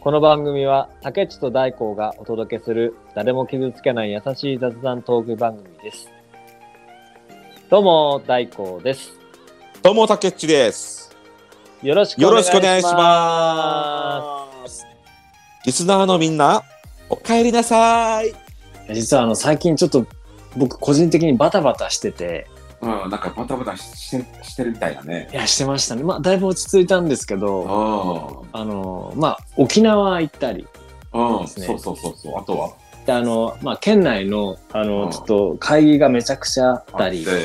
この番組は竹内と大光がお届けする誰も傷つけない優しい雑談トーク番組です。どうも大光です。どうも、たけっちです。よろしくよお願ろいしくお願いししまます。リスナーのみんな、お帰りなさい。実はあの最近ちょっと僕個人的にバタバタしててうん、なんかバタバタしてしてるみたいだね。いやしてましたねまあだいぶ落ち着いたんですけあどあ、あのまあ沖縄行ったりうん、ですねそうそうそうそう。あとはであのまあ県内のあうのんちょっと会議がめちゃくちゃあったりあっ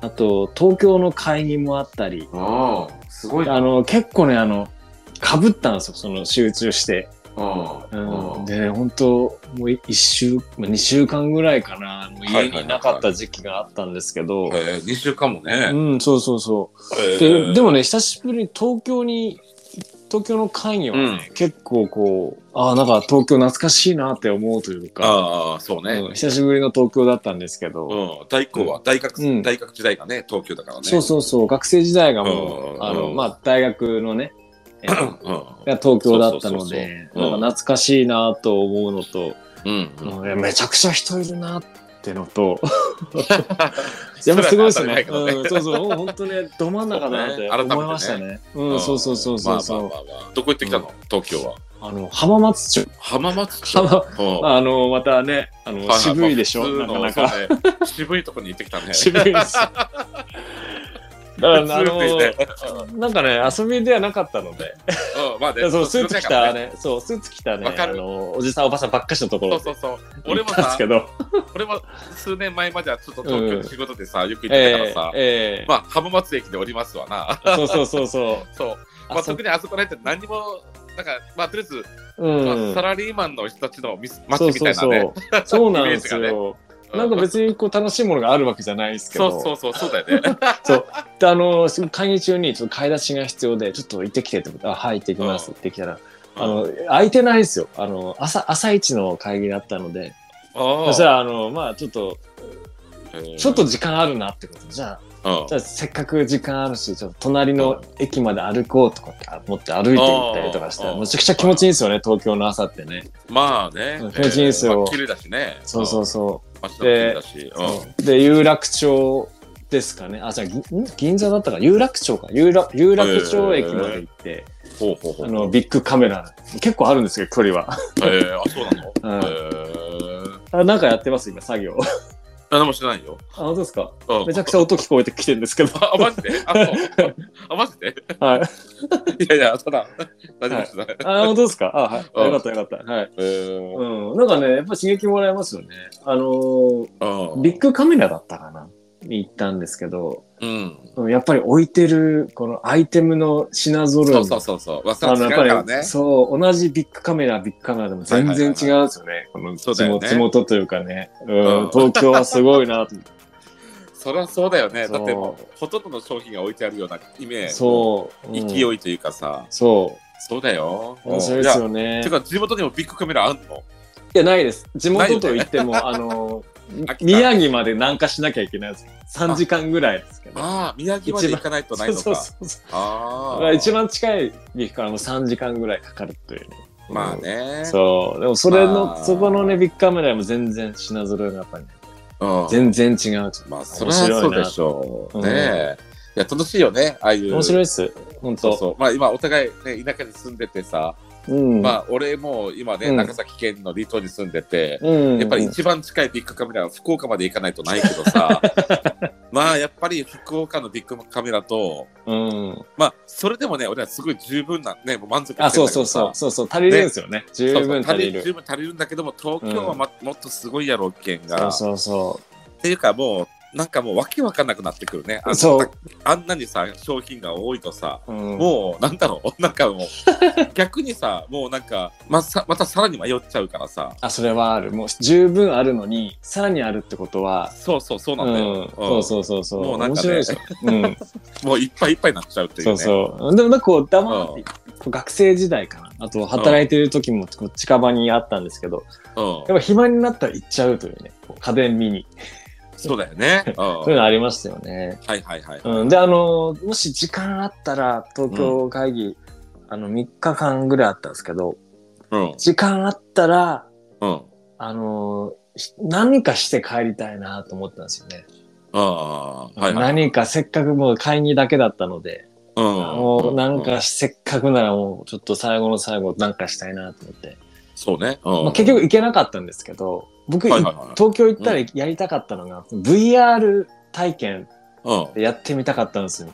てあと東京の会議もあったりうん、ああ、すごい。あの結構ねあのかぶったんですよその集中して、う、うんうんん、でね本当もう1週2週間ぐらいかなもうはい家はいはいになかった時期があったんですけど、えー、二週間もね。うんそうそうそうえでーでもね久しぶりに東京に東京の会議はね、結構こうああなんか東京懐かしいなって思うというか、ああ、そううん。久しぶりの東京だったんですけど、うん、大工は大学、うん大学時代がね、東京だからね。そうそうそう学生時代がうもう、んあうのんまあ大学のね、えーうん。が東京だったのそうそうでそうそううんなんか懐かしいなと思うのと、うん。うん。うんめちゃくちゃ人いるなっての とやっぱすごいですねそれは当たり前だけどねうん、そうそう本当ねど真ん中だなって思いましたねうん、そうそうそうそうそう、まあまあまあまあ。どこ行ってきたの、東京は。あの浜松町浜松町。浜うんあのまたねあの、はい渋いでしまあょ普な通かのなか、そうね渋いとこに行ってきた ね。渋いですだからあ 普通ですのなんかね遊びではなかったのでうんまあねそうスーツ着だかたらねねそうスーツ着たねわかあるのおじさんおばさんばっかしのとこそろうでそうそう。行俺っもたんでさす、けど俺は数年前まではちょっと東京の仕事でさ、よく行ってたか えらさ、えええまあ浜松駅でおりますわな。そうそうそうそうそう。まああそ特にあそこら辺って何にも、なんか、まあとりあえず、うまあんサラリーマンの人たちのミス街そうみたそいうそう。なねそうなんです イメージよなんか別にこう楽しいものがあるわけじゃないですけそどうそうそう、そうだよね。であのす会議中にちょっと買い出しが必要でちょっと行ってきてってことあはい行ってきますうって言ってきたらあの空いてないですよあの朝朝一の会議だったのであそあ、したらあのまあちょっとちょっと、と時間あるなってことでじゃあうんじゃあせっかく時間あるしちょっと隣の駅まで歩こうとかって思って歩いて行ったりとかしたうらんめちゃくちゃ気持ちいいですよね東京の朝ってねまあねうん、気持ちいいんすよえーまあ綺麗だしね。。そうそうそう街も綺麗だし。う、うで有楽町ですかねあじゃあぎん銀座だったか有楽町か有楽有楽町駅まで行って、んほうほうほあう。のビッグカメラ結構あるんですけど距離はえー、あ、そうなのうんえー、あなんかやってます今作業あ何もしてないよ。本当です かうんめちゃくちゃ音聞こえてきてるん ですけどあ、あマジであ、そう。あ、マジで はいいやいや、ただ、大丈夫ですね。あ本当ですかあはいうんよかったよかったはい、えーうん、なんかねやっぱ刺激もらえますよねあのーうんビッグカメラだったかなに行ったんですけどうん。うんやっぱり置いてるこのアイテムの品揃えそもうそうそうそう。わさあ違のうやかっらぱり、ね。そう同じビッグカメラビッグカメラでも全然違うんですよね、このそう地だよね元地元というかね、うんうん 東京はすごい なと思ってそりゃそうだよね。そうだってもう、ほとんどの商品が置いてあるようなイメージ。そう、うん勢いというかさ、そそうだよ。う面白いですいよねやてか、地元にもビッグカメラあんのいや、ないです。地元といっても、あの、 秋田宮城まで南下しなきゃいけないんです。3時間ぐらいですけど。ああ、宮城まで行かないとないのか。そうそうそう。だあからあ。一番近い駅からも3時間ぐらいかかるというね。まあね。そう。でも、それの、まあそこのね、ビッグカメラも全然品揃えがやっぱりね、うん全然違う。まあ、そりゃそうでしょう。面白いなねえ。いや、楽しいよね、ああいう。面白いい。です。本そう当そう。まあ、今、お互いね、田舎に住んでてさ、うん。まあ、俺も今ね、うん長崎県の離島に住んでて、うん。やっぱり一番近いビッグカメラは福岡まで行かないとないけ どさ、まあやっぱり福岡のビッグカメラと、うん。まあそれでもね、俺はすごい十分な、ね、もう満足してんだあ、けそどうさそうそう。そうそう。足りるんですよね。十そうそう分足り十る。分足りるんだけども、東京は、まもっとすごいやろ、県そが。うそうそっていうかもう、なんかもうわけわかんなくなってくるね。あう。そう。あんなにさ、商品が多いとさ、うんもうなんだろう、 なんかもう、逆にさ、もうなんか、まさまたさらに迷っちゃうからさ、あそれはあるもう十分あるのにさらにあるってことはそうそうそうなんだよ。うんそううそうそうそうもうなん面かね白いですよ、うん、ん。 もういっぱいいっぱいになっちゃうっていうそね。うそうでもなんかこう黙ってこう学生時代かなあと働いてる時もこう近場にあったんですけどうんやっぱ暇になったら行っちゃうというねこう家電見にそうだよね。うんそういうのありましたよね、はいはいはい。うん、であのもし時間あったら東京会議、あの、3日間ぐらいあったんですけど、うん。時間あったら、うん。あのーし何かして帰りたいなと思ったんですよね。ああー、はいはい。何かせっかくもう会議だけだったので、もうなんかせっかくならもうちょっと最後の最後なんかしたいなと思って。そうね。うんまあ、結局行けなかったんですけど、僕、はいはいはい東京行ったらやりたかったのが、VR 体験うん。やってみたかったんですよ。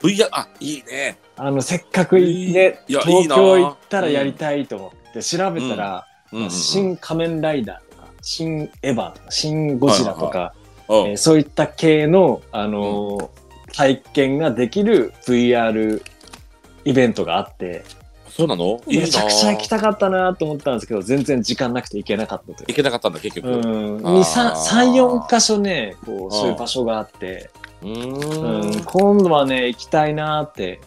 VR、あ、いいね。あの、せっかくいいね、いや東京いいな行ったらやりたいと思って調べたら、うんうん。新仮面ライダーとか、新エヴァとか、新ゴジラとはいか、うんえーそういった系の、あのー体験ができる VR イベントがあって、そうなのいいな。めちゃくちゃ行きたかったなと思ったんですけど、全然時間なくて行けなかったといういけなかったんだ、結局。ううん、あーにさ3、4箇所ね、こう、そういう場所があって、うんーん。今度はね、行きたいなーって、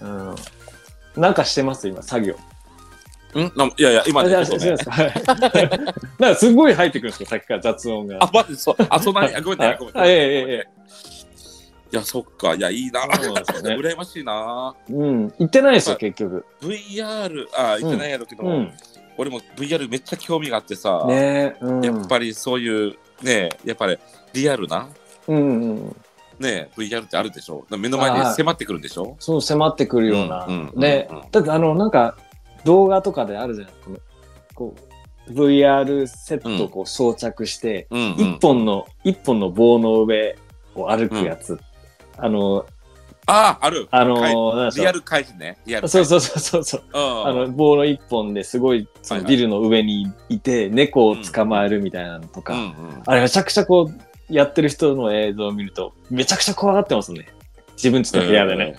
うん、なんかしてます、今、作業。うんなんいやいや、今あねじゃあ、ちょっすといねませんはい なんかすごい入ってくるんですよ、さっきから雑音が。あ、まずそう。あ、そんなに、あごめんね、ごめんあいね。えいえいえいや、そっか。いや、いいな。そうなんですよね。 羨ましいな。うん、行ってないですよ、は結局。 VR、あ、言ってないやろうけど、うん。俺も VR めっちゃ興味があってさ、ねえ、うん。やっぱりそういう、ね、やっぱりリアルな、うんうん。ね、VR ってあるでしょ。目の前に迫ってくるんでしょ。そう、迫ってくるような。うんうんうんでうん、だって、あの、なんか、動画とかであるじゃないですか。こう、VR セットをこう装着して、うんうん一本の、一本の棒の上を歩くやつ。あの、あ、ある。あの、はいなんでしょうリアル怪人ね。リアルそう怪人。そうそうそうそう。うんあの、棒の一本ですごい、そのはいはいビルの上にいて、猫を捕まえるみたいなのとか、うんうんあれめちゃくちゃこう、やってる人の映像を見ると、めちゃくちゃ怖がってますね。自分ちの部屋でね。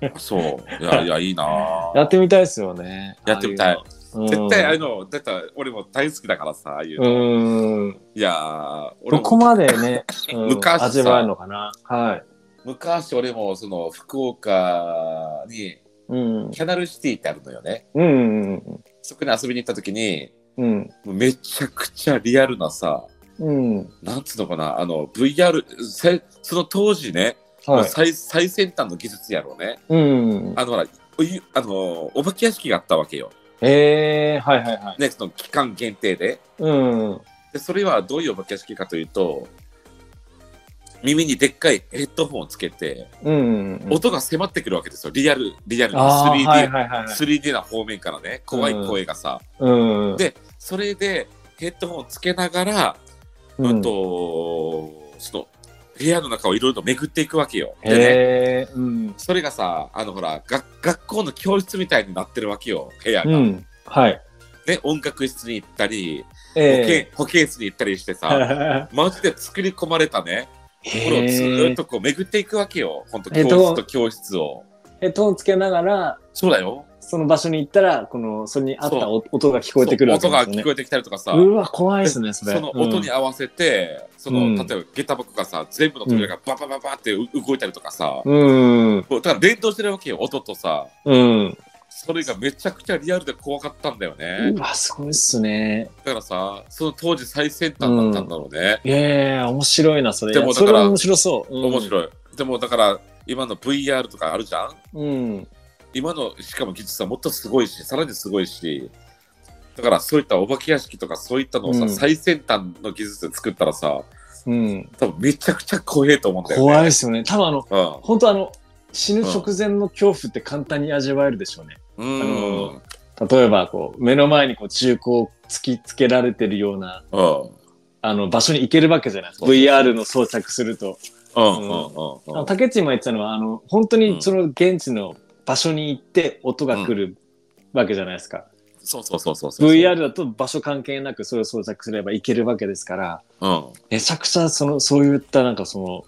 えー。そう。いや、いや、いいな。やってみたいですよね。やってみたいああう の。絶対ああいううの、だから俺も大好きだからさ、ああいうの。ん。うん。いやー、俺どこもまで ね、うん昔さ味わえるのかな。はい。昔俺もその福岡にうん。キャナルシティってあるのよね。うんうんそこに遊びに行った時に、うん。うん。もうめちゃくちゃリアルなさ、うん。なんつうのかな、あの VR、せその当時ね、もはうい。最最先端の技術やろうね。うん。あのほら、お湯あのお化け屋敷があったわけよ。ええはいはいはい。ね、その期間限定で。うん。でそれはどういうお化け屋敷かというと耳にでっかいヘッドホンをつけて、うん。音が迫ってくるわけですよリアルリアルに 3D,、あーはいはいはいはい。 3D な方面からね怖い声がさ、うん。でそれでヘッドホンをつけながら、ううんん、とその部屋の中をいろいろ巡っていくわけよ。でねへえ、うん。それがさあのほらが学校の教室みたいになってるわけよ部屋が、うん。はい。ね音楽室に行ったり保健,、え保健室に行ったりしてえ さマジで作り込まれたねところをずーっとこう巡っていくわけよ、本当えっと教室と教室を。ヘッドホンつけながら、そうだよ。その場所に行ったら、この、それに合ったお音が聞こえてくるわけそうです音よが聞ねこ。えてきたりとかさ、うわ、怖いですね、それ。その音に合わせて、そのうん例えば下駄箱がさ、全部の扉がバババババって動いたりとかさ、うん。うん。もうだから連動してるわけよ、音とさ。うん。それがめちゃくちゃリアルで怖かったんだよねう。わ、すごいっすね。だからさ、その当時最先端だったんだろうね。ええ、面白いな、それ。でもいやだかそられは面白そう。うん面白い。でもだから、今の VR とかあるじゃんうん。今のしかも技術はもっとすごいしさらにすごいしだからそういったお化け屋敷とかそういったのをさ、うん最先端の技術で作ったらさうん。多分めちゃくちゃ怖えと思うんだよね。怖いっすよね。多分あの、本当あの死ぬうん直前の恐怖って簡単に味わえるでしょうね。うん、あうんの例えばこう目の前にこう銃口を突きつけられてるようなうんあの場所に行けるわけじゃないですか。そうそうそう VR の装着すると。うんうんあうのん竹内今言ってたのはあの本当にその現地の場所に行って音が来るわけじゃないですか。そうそうそうそうそう VR だと場所関係なくそれを装着すれば行けるわけですからうんめちゃくちゃそのそういったなんかその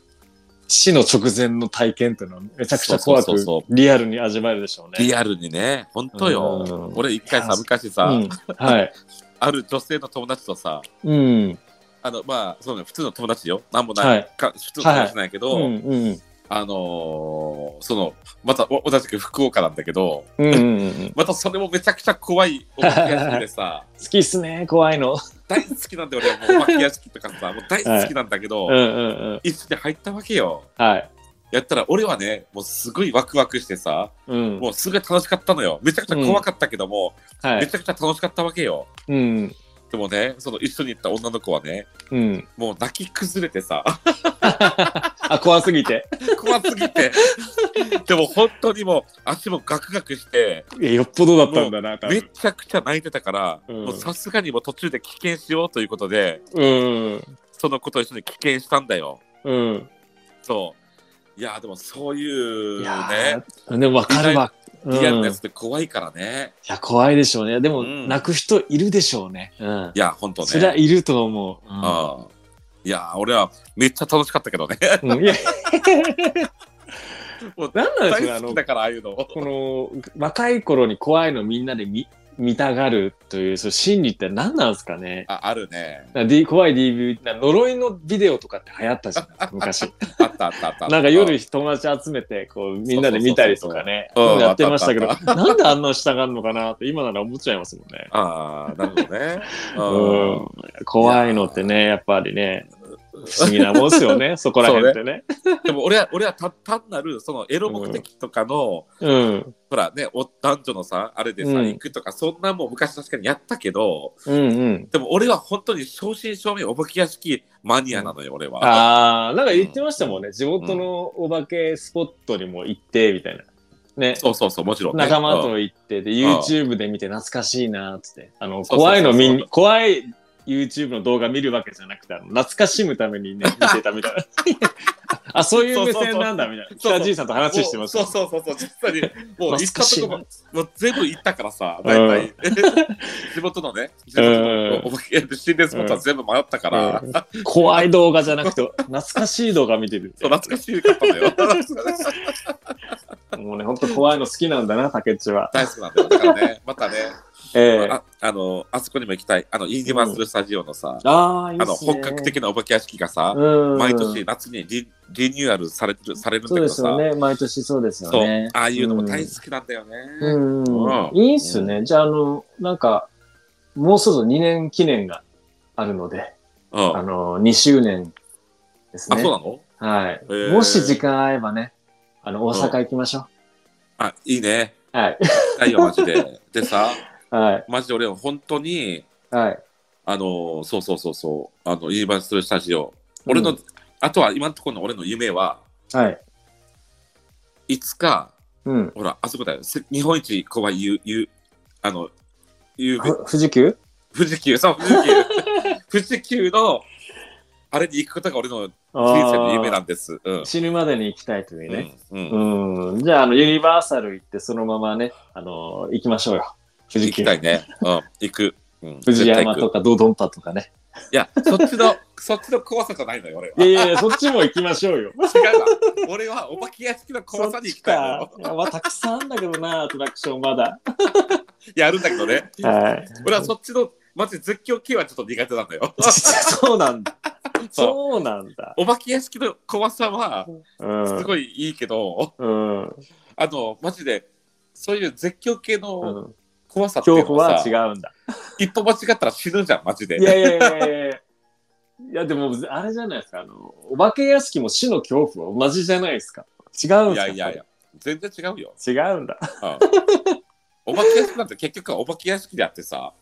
死の直前の体験っていうのはめちゃくちゃ怖くそうそうそうそリアルに味わえるでしょうね。リアルにね本当よ、うん俺一回いさや昔さ、うん、はい。ある女性の友達とさうん。あのまあそうね普通の友達よなんもない、はい。か普通の友達なんやけど、 うんうん。あのーそのまたお同じく福岡なんだけど、うんうんうん。またそれもめちゃくちゃ怖いお化け屋敷 でさ好きっすね、怖いの。大好きなんだよ俺はもうお化け屋敷とかさもう大好きなんだけど、うんうんうん。一緒に入ったわけよはい。やったら俺はねもうすごいワクワクしてさうん。もうすごい楽しかったのよめちゃくちゃ怖かったけども、はめい。ちゃくちゃ楽しかったわけようん。でもねその一緒に行った女の子はねうん。もう泣き崩れてさあ、怖すぎて。怖すぎてでも本当にもう足もガクガクして いや、よっぽどだったんだな、多め分。ちゃくちゃ泣いてたからうんもうさすがにもう途中で棄権しようということでうん。その子と一緒に棄権したんだようん。そういやーでもそういいうねやー、でもわかるわ。うんリアルなやいつって怖いからね、や、怖いでしょうね。でも、うん泣く人いるでしょうね。うん。いや本当ねそりゃいると思う。うんああいやー俺はめっちゃ楽しかったけどねうん。 いや、もうなんなんですかね、あ大好のき、だからああいうのこの若い頃に怖いのみんなで見見たがるというその心理って何なんですかねああるねな D 怖い DV な呪いのビデオとかって流行ったじゃない昔あったあったあったなんか夜友達集めてこうみんなで見たりとかねそうそうそうそううんやってましたけどあなんであんなのしたがるのかなって今なら思っちゃいますもんね。ああなるほどねうん うん、怖いのってねやっぱりね不思議なもんですよねそこら辺ってね。でも俺は俺はた単なるそのエロ目的とかの、うんほらねお男女のさあれでさ、うん行くとかそんなもん昔確かにやったけどうんうん、でも俺は本当に正真正銘お化け屋敷マニアなのよ、俺はあーなんか言ってましたもんね地元のお化けスポットにも行ってみたいな。ね、そうそうそうもちろん、ね、仲間うんと行ってでうん YouTube で見て懐かしいなーっつってあのそうそうそう怖いの見に怖い YouTube の動画見るわけじゃなくてあの懐かしむため にね見てたみたいなあそういう目線なんだみたいなそうそう北じいさんと話してましたそうそうそうそう実際に懐もう行ったかしといこなももう全部行ったからさ大体 地元のね地元のお化け心霊スポットは全部迷ったから、うん怖い動画じゃなくて懐かしい動画見てるそう懐かしいかったのよ もうねほんと怖いの好きなんだな竹内は大好きなんだよだからねまたね、ええああのあそこにも行きたいあのインディマンスルスタジオのさ、ああいいあっのすね本格的なお化け屋敷がさ、うん毎年夏にリリニューアルされてるされるんだそうけでどすさよね毎年そうですよそうねああいうのも大好きなんだよね、うんうんいいっすね。じゃあ、あの、なんか、もうすぐ2年記念があるので、うんあの、2周年ですあ、ね。そうなのはい、ーもし時間合えばね、あの、大阪行きましょあ、いいね。う。はい。 行きたいよ、マジで。でさ、はい。マジで俺、本当に、はい。あのーそうそうそうそう、あの、ユニバーサル・スタジオ。俺の、うんあとは今のところの俺の夢は、はい。いつか、うん。ほら、あそこだよ。せ日本一怖い、ゆ、ゆ、あの、ゆ、ふ富士急富士急、そう、富士急。 富士急の、あれに行くことが俺の人生の夢なあーんです。うん。死ぬまでに行きたいというね。うん。うんうん。じゃあ、あの、ユニバーサル行って、そのままね、あの、行きましょうよ。富士行急き。たいね。うん。行く。うん、富士絶対行山くとかドドンパとか ね。いや、そっちの、そっちの怖さじゃないのよ、俺は。いやいやいや、そっちも行きましょうよ。違うわ。俺はお化け屋敷の怖さに行きたいのよ。そっちかまあ、たくさんあんだけどな、アトラクションまだ。やるんだけどね。はい。俺はそっちの、マジで絶叫系はちょっと苦手なんだよ。そうなんだ。 そうそうなんだ。お化け屋敷の怖さは、うん。すごいいいけど、うん。あの、マジで、そういう絶叫系うのん。怖さっていう恐の怖ははさ違、うんだ。一歩間違ったら死ぬじゃん、マジで。いやいやいやいやいや。いやでもあれじゃないですかあのお化け屋敷も死の恐怖は同じじゃないですか違うんいですやかいやいや全然違うよ。違うんだうんお化け屋敷なんて結局はお化け屋敷であってさ、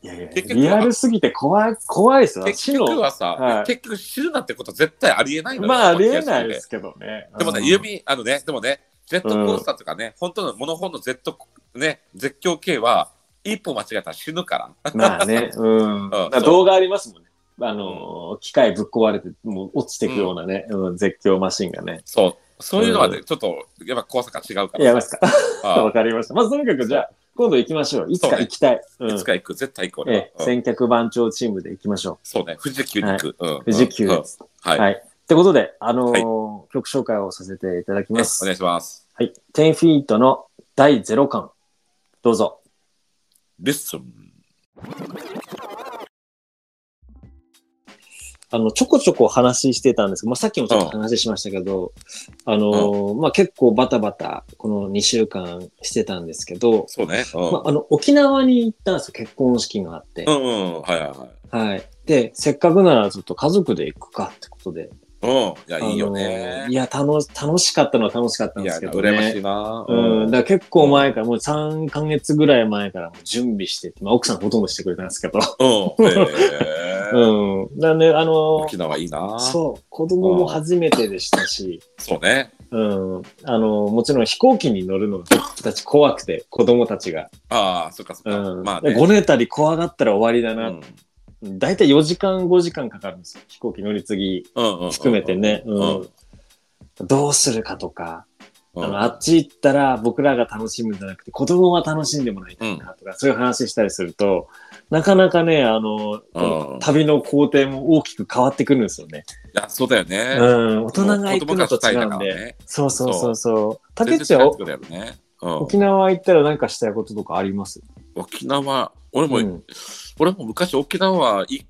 いやいや結局はリアルすぎて怖い怖いですよ結死の局はさ、はい結局死ぬなんてことは絶対ありえないのよまああお化りけえ屋敷ないですけどねでもね、うん弓、あのね、でもね、ジェットコースターとかね、本当のモノホンのジェット、ね、絶叫系は、一歩間違えたら死ぬ から。まあね、うん。だから動画ありますもんね。あのー、機械ぶっ壊れて、もう落ちてくようなね、うん絶叫マシンがね。そう、そういうのはね、うちょっと、やっぱ怖さが違うから。やりますか。あわか りました。まずとにかく、じゃあ、今度行きましょう。いつか行きたい。うあんいつか行く、絶対行こうえね。え、うん先客番長チームで行きましょそうね、富士急に行く。うんう。富士急うんうんです。はい。はいってことで、あのーは曲紹介をさせていただきねまおす。願いします。はい。10フィートの第0巻。どうぞ。リッスン。あの、ちょこちょこ話してたんですけど、まあ、さっきもちょっと話しましたけど、あのー、まあ、結構バタバタ、この2週間してたんですけど、そうね。うまあ、あの、沖縄に行ったんですよ、結婚式があって。ん。うんうん。はいはいはい。はい。で、せっかくならちょっと家族で行くかってことで、うん。いや、あのいいよねい。や、楽し、楽しかったのは楽しかったんいでや、すけど、ね。羨ましいな。うん、だから結構前から、もう3ヶ月ぐらい前からもう準備してて、まあ奥さんほとんどしてくれたんですけど。うん。へーうん。だからね、あの沖、縄いいな。そうそう、子供も初めてでしたし、ね。うん。あの、もちろん飛行機に乗るのたち怖くて、子供たちが。ああ、そっかそっうか。ん。まあね。ごねたり怖がったら終わりだうな。んだいたい4時間、5時間かかるんですよ。飛行機乗り継ぎうんうんうん含めてね。んうん。どうするかとか、うんあの、あっち行ったら僕らが楽しむんじゃなくて、子供は楽しんでもらいたいなとか、そういう話したりすると、なかなかね、あの、この旅の工程も大きく変わってくるんですよね。いや、そうだよね。うん、大人が行くのと違うん子供たち二人だからで。ね。そうそうそうそう。竹全内然は違うことだよね。うん沖縄行ったらなんかしたいこととかあります沖縄、俺も、うん俺も昔沖縄一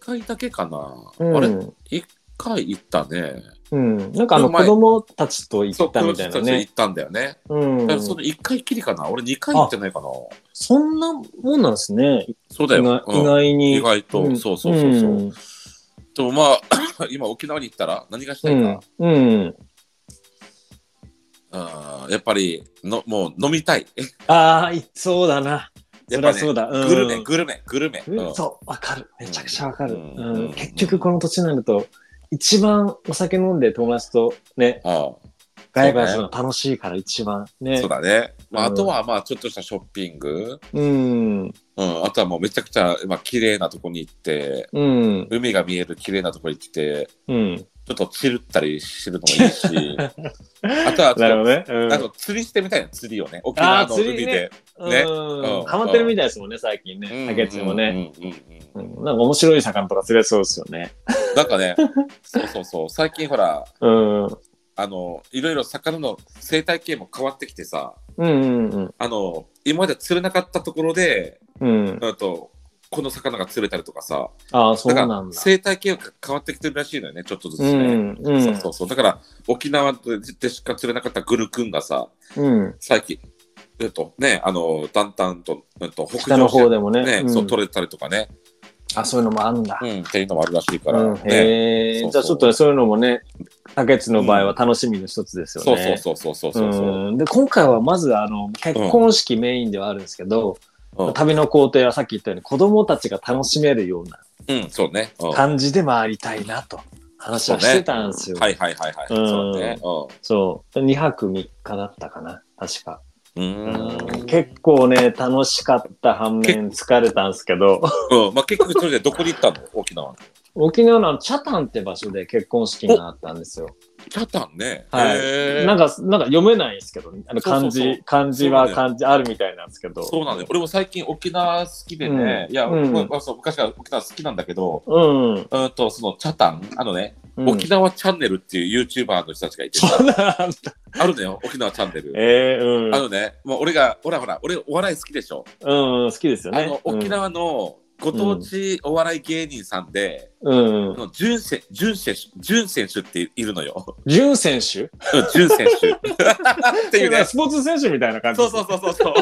回だけかな。うん、あれ一回行ったね。うん。なんかあの子供たちと行そう、った友みた達いなたちと行ね。ったんだよね。うんだか。らその一回きりかな。俺二回行ってないかな。そんなもんなんですね。そうだ意よ外。うん意外に。意外と、んそうそうそうそう。んでもまあ、 今沖縄に行ったら何がしたいか。うん。うん。あーやっぱりの、もう飲みたい。ああ、いそうだな。そやっりゃぱそうね、だ。うんグルメ、グルメ、グルメ。うんそう、わかる。めちゃくちゃわかる。うんうんうん結局この土地になると、一番お酒飲んで友達とね、あガイガイするの楽しいから一番あね。そうだね。まあ、うんあとは、まあ、ちょっとしたショッピング。うん。うん、あとはもうめちゃくちゃ、まあ、綺麗なとこに行って、うん。海が見える綺麗なとこに行って、うん。ちょっとチルったりするのもいいし、 あとはちなるほょどっね。うと、んなんか釣りしてみたいな釣りをね、沖縄のあー釣り海ねで。ねう。うんんハマってるみたいですもんね、最近ね。竹内もね。うんうんうんうん。うんなんか面白い魚とか釣れそうですよね。なんかね、そうそうそう、最近ほら、うん。うんあの、いろいろ魚の生態系も変わってきてさ、うんうん。あの、今まで釣れなかったところで、うん。あと、この魚が釣れたりとかさ、ああ、そうだかならんだ。生態系が変わってきてるらしいのよね、ちょっとずつうね。ん。う。そうんそうそう。だから、沖縄でしか釣れなかったグル君がさ、うん。最近、えっとね、あの、だんだんと、えっと、北北の方上でもしてね。ね、うんそう、取れたりとかね、あ、そういうのもあるんだう。ん、っていうのもあるらしいから、うん、ね。へえ、そうそうじゃあちょっとねそういうのもね、竹内の場合は楽しみの一つですよね。そうそうそうそうそうそう。うんうんで、今回はまず、あの、結婚式メインではあるんですけど、旅の工程はさっき言ったように子供たちが楽しめるようなうん、そうね。うん感じで回りたいなと話はしてたんですよ。そう,、はいはいはいはい。うんそうね。 2泊3日だったかな、確か。うん。ううんーん結構ね、楽しかった反面疲れたんですけど、 うん。まあ、結局、それでどこに行ったの沖縄。沖縄のあの北谷って場所で結婚式があったんですよ。キャタンね。はいへーなんか、なんか読めないんですけど、ね、あのそうそ漢う字、そう漢字そうはなんだよ漢字あるみたいなんですけど。そうなんだよ。俺も最近沖縄好きでね、うんいや、うんまあそう昔から沖縄好きなんだけど、うん。うんうんと、その、チャタン、あのね、うん。沖縄チャンネルっていう YouTuber の人たちがいてそさう、なんだ。あるのよ、沖縄チャンネル。ええうんあのね、もう俺が、ほらほら、俺お笑い好きでしょ。うん。うん、好きですよあね。の、沖縄のご当地お笑い芸人さんで、うん。うあん。の、ジュンセ、ジュンセ、ジュン選手っているのよ。 ジュン選手っうんジュン選 手。っていうね。スポーツ選手みたいな感じ。そうそうそうそうそう。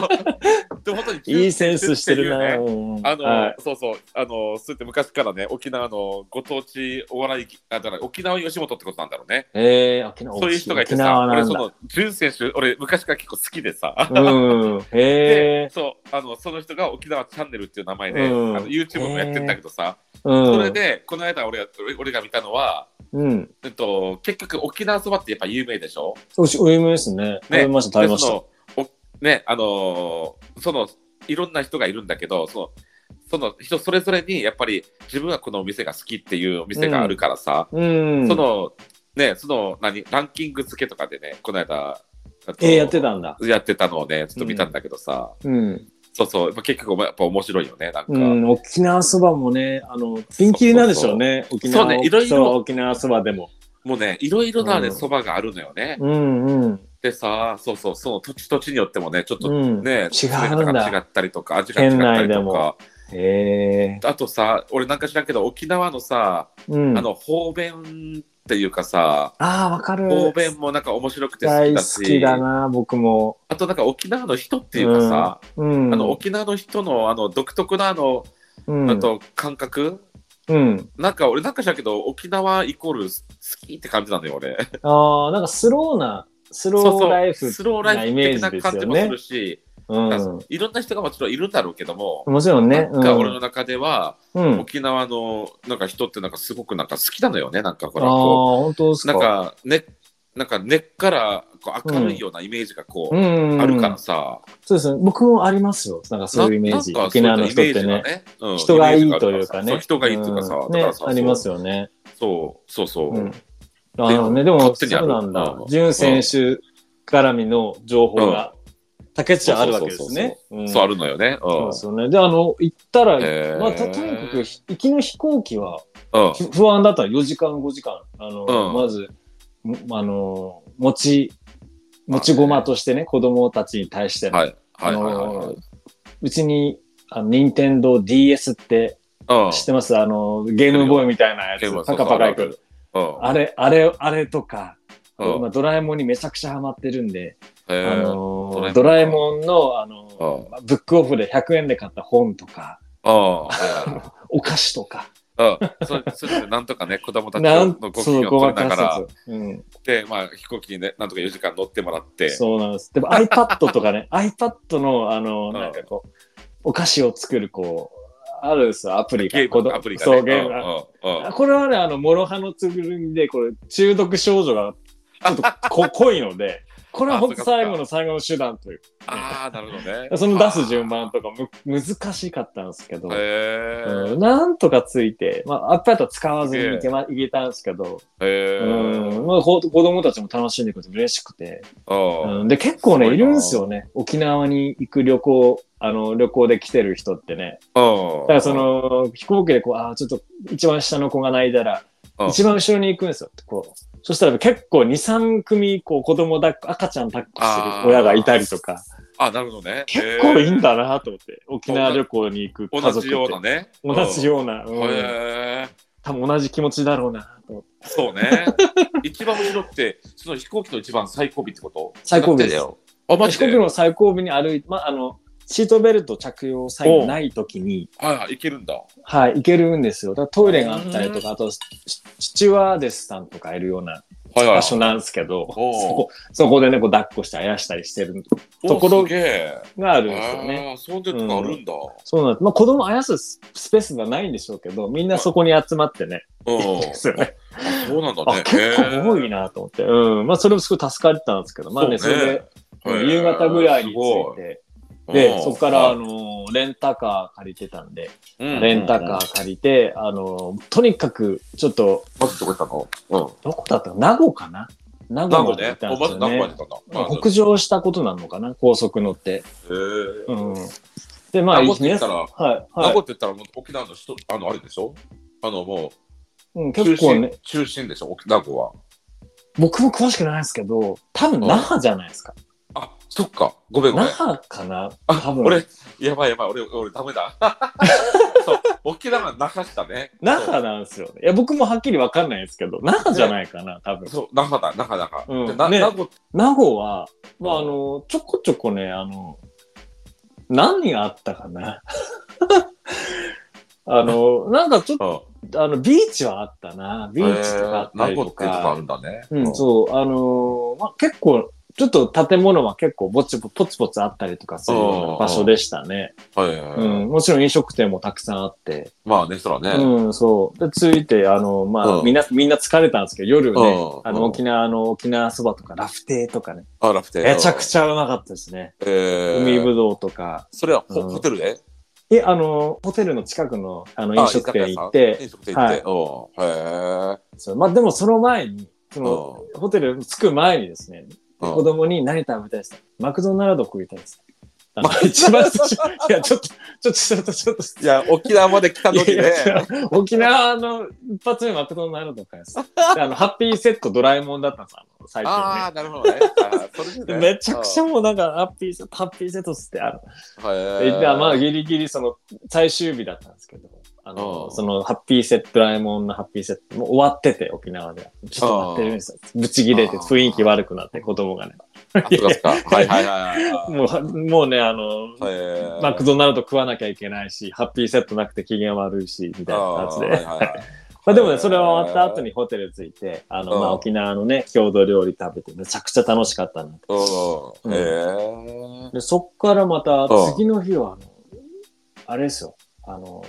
で、本当にジュン選手いいセンっていうね。スしてるな。うんあの、はいそうそう、あの、そうやって昔からね、沖縄のご当地お笑い、あ、だから沖縄吉本ってことなんだろうね。ええ沖縄。そういう人がいて沖さ、縄俺なんそだ。の、潤選手、俺昔から結構好きでさ、 うん。でへえ。そう、あの、その人が沖縄チャンネルっていう名前で、うんあの YouTube もやってんだけどさ、うん。それで、この間俺が俺俺が見たのは、うん。えっと、結局沖縄そばってやっぱ有名でしょおし、お夢ですね。食べました、食べました。でそのおね、あのーその、いろんな人がいるんだけど、その、その人それぞれに、やっぱり自分はこのお店が好きっていうお店があるからさ、うん。そ、の、ね、その、何、ランキング付けとかでね、この間、あとええやってたんだ。やってたのをね、ちょっと見たんだけどさ、うん。そうそう、やっぱ結局、やっぱ面白いよね、なんか。うん、沖縄そばもね、あの、ピンキリなんでしょうね。沖縄そうねいろいろそう沖縄そばでも。もうね、いろいろなね、うんそばがあるのよね。うんうん。でさ、そうそう、その土地土地によってもね、ちょっとうん。ね、違うんだ違ったりとか、味が違った県内りでともか。へえ。あとさ、俺なんか知らんけど、沖縄のさ、うん。あの、方便っていうかさ、あーわかる。方便もなんか面白くて好大きだ好きし、だな、僕も。あとなんか沖縄の人っていうかさ、うん。あの、沖縄の人のあの、独特なあの、うん、あと感覚、うん。なんか俺なんかしたけど、沖縄イコール好きって感じなんだよ、俺。ああ、なんかスローな、スロそうーそうライフスローなライイフメー的ジなです感じよもすねる。し、ういろんな人がもちろんいるんだろうけども、ん。もちろんね。なんうか俺のん。中では、うん、沖縄のなんか人ってなんかすごくなんか好きなのよね、なんかほああらこー、本当ですう、か。なんかね、なんか根っからこう明るいようなイメージがこう、うん。あるからさ、そうですね。僕もありますよ。なんかそういうイメージ。ななんか沖そうい縄の人ってうイメージねが。うん人がいいというかそね。人がいいというかさ、うんだかねらさ、、ありますよね。そうそうそうう。ん。あのね、でも、勝手にあそうるなんだうん。ジュン選手絡みの情報が、竹内はあるわけですね。うんそうあるのよね。うんそうですよね。で、あの、行ったら、へーまあ、ととにかく、ひ行きの飛行機は、うんふ不安だったら4時間、5時間、あの、うんまず、もあの、持ち、持ち駒としてね、子供たちに対しての、はいはいはいはいあはのい。うちに、あの、任天堂 DS ってうん知ってますあの、ゲームボーイみたいなやゲームボーつ、イそパうカそパうカいあるく。うんあれ、あれ、あれとか、うん今ドラえもんにめちゃくちゃハマってるんで、へあーのードドララええももんの、あうのんーブックオフで100円で買った本とか、あお菓子とか、あ、うん、そそれでなんとかね、子供たちなんのご機そう嫌をご取まりなかがらさ、ず、うん。で、まあ、飛行機にね、なんとか4時間乗ってもらって、そうなんです。でも iPad とか ね、iPad の、あのーうんなんかこう、お菓子を作る、こう、あるんですよ、アプリが。ゲー子ム供のアプリが、ね、そう、ゲームうんが。うんうんこれはね、あの、諸刃のつぐみで、これ、中毒症状 が、ちょっとこ濃いので、これは本当最後の最後の手段というああ、なるほどね。 その出す順番とかむ難しかったんですけど、へうーんなんとかついて、まあ、アップやったら使わずにいけ,、ま、いけたんですけど、へうーんまあ、ほ子供たちも楽しんでくれて嬉しくて、うんうん、で結構ねすごいいなるんですよね沖縄に行く旅行あの旅行で来てる人ってねうんだからその飛行機でこうあーちょっと一番下の子が泣いたらうん一番後ろに行くんですよこうそしたら結構23組こう子供抱っこ赤ちゃん抱っこしてる親がいたりとかあ、なるほどね。結構いいんだ。だなと思って沖縄旅行に行く家族同ってじようなね。同じような、ううんんへー多分同じ気持ちだろうなと思ってそう ね。一番後ろって、その飛行機の一番最後尾ってこと最後尾ですだよ。あ、マ飛ジ行で機の最後尾に歩いて、まあ、あのシートベルト着用さえない時に、はいはい、いけるんだ。はい、行けるんですよ。だからトイレがあったりとうか、あと、シシチュワーデスさんとかいるようなはいはい。場所なんですけど、そおうこそこでね、こう抱っこしてあやしたりしてるのおところすげえ。があるんですよね。ああ、そういうとこあるんだ。そうなんです。まあ、子供あやすスペースがないんでしょうけど、みんなそこに集まってね、うん。ですよね。あそうなんだあね。、結構多いなと思って。うん。まあ、それもすごい助かったんですけど、まあね、そそうねれへで、え夕方ぐらいに着いて、へえで、そこか、ら、あうんの、レンタカー借りてたんで、うんレンタカー借りて、あの、とにかく、ちょっと、まずどこ行ったのどこだったか名護かな名うん。名護護まで行っね。たんおでますずよ名ね護まで行ったんだ。北上したことなのかな高速乗って。うんへえうん。で、まあ、名護って言ったら皆さんはい、名護はって言ったらもう沖縄の人、あの、あれでしょあの、もい。うん、う、結中構ね心、、中心でしょ沖名護は。僕も詳しくないですけど、多分那覇じゃないですか。あ、そっか。ごめんご那めん。覇かなあ多分。俺、やばいやばい、俺、俺、ダ メだ。そう、沖縄那覇したね。那覇なんですよね。いや、僕もはっきりわかんないですけど、那覇じゃないかな多分。そう、那覇だ、那覇、那覇。うんでなね名護って名護は、まあ、あの、ちょこちょこね、あの、何があったかな あの、なんかちょっとうんあの、ビーチはあったな。ビーチとかあったりとえー名護っていうとこあか。るんだね。うん、そう、あのーまあ、結構、ちょっと建物は結構ぼちぼポツポツあったりとかするような場所でしたね。はいはいはいうん、もちろん飲食店もたくさんあって。まあね、そらね。うん、そう。で、着いて、あの、まあ、うんみんな、みんな疲れたんですけど、夜うね、んあの、沖縄の沖縄そばとか、ラフテーとかね、あ、ラフテー。めちゃくちゃうまかったですね。えー海ぶどうとか。それはホ,、うんホテルでえ、あの、ホテルの近くの、あの、飲食店行っあて、居酒屋さん飲食店行って。そうまあ、でもその前に、その、うんへホテル着く前にですね、え。うん子供に何食べたいですかマクドナルド食いたいです。あの一番最初、いや、ちょっと、ちょっと、ちょっと、ちょっと、いや、沖縄まで来たのにいやね。いや違う沖縄の一発目マクドナルドかです。であの、ハッピーセットドラえもんだったんです、あの、最初あねあ、なるほどね。あーそれでで。ねめちゃくちゃ。もうなんか、ハッピーセット、ハッピーセットっつって、あの、うんでへえまあ、ギリギリその、最終日だったんですけど、あうの、んその、ハッピーセット、ドラえもんのハッピーセット、もう終わってて、沖縄では。ちょっと待ってるんですよ。ぶち切れて、雰囲気悪くなって、子供がね。あそうですか。はいはいはいはい。も う、もうね、あの、えーマクドナルド食わなきゃいけないし、ハッピーセットなくて機嫌悪いし、みたいな感じで。あーはいはいはいまあでもね、それは終わった後にホテル着いて、あの、まうんあ沖縄のね、郷土料理食べて、めちゃくちゃ楽しかったんだけうんうんへーど。で、そっからまたうん次の日は、あの、あれですよ、あの、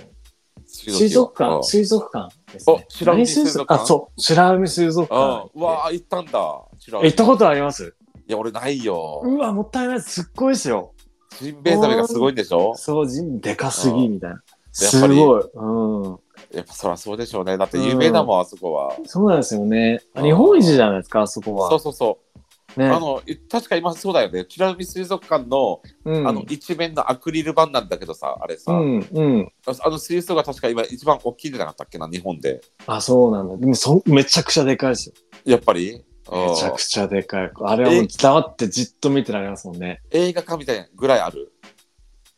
水水族族館、館水族館ですね。あ白何海水水族族館館あ、そう、白海水族館うん。う。わあ、行ったんだ。知らんえ行ったことありますいや、俺ないよ。うわ、もったいない。すっごいですよ。ジンベエザメがすごいんでしょそう、ジンでかすぎ、みたいな。やっすぱりごい。うん。やっぱそりゃそうでしょうね。だって有名だもん、あそこは。そうなんですよね。うん日本一じゃないですか、あそこは。そうそうそう。ね。あの、い確か今そうだよね。美ら海水族館の、うん、あの、一面のアクリル板なんだけどさ、あれさ、うん、うん。あの水槽が確か今一番大きいんじゃなかったっけな、日本で。あ、そうなんだ。でもそ、めちゃくちゃでかいですよ。やっぱり。うんめちゃくちゃでかい。あれはもう黙ってじっと見てられますもんね。映画館みたいなぐらいある。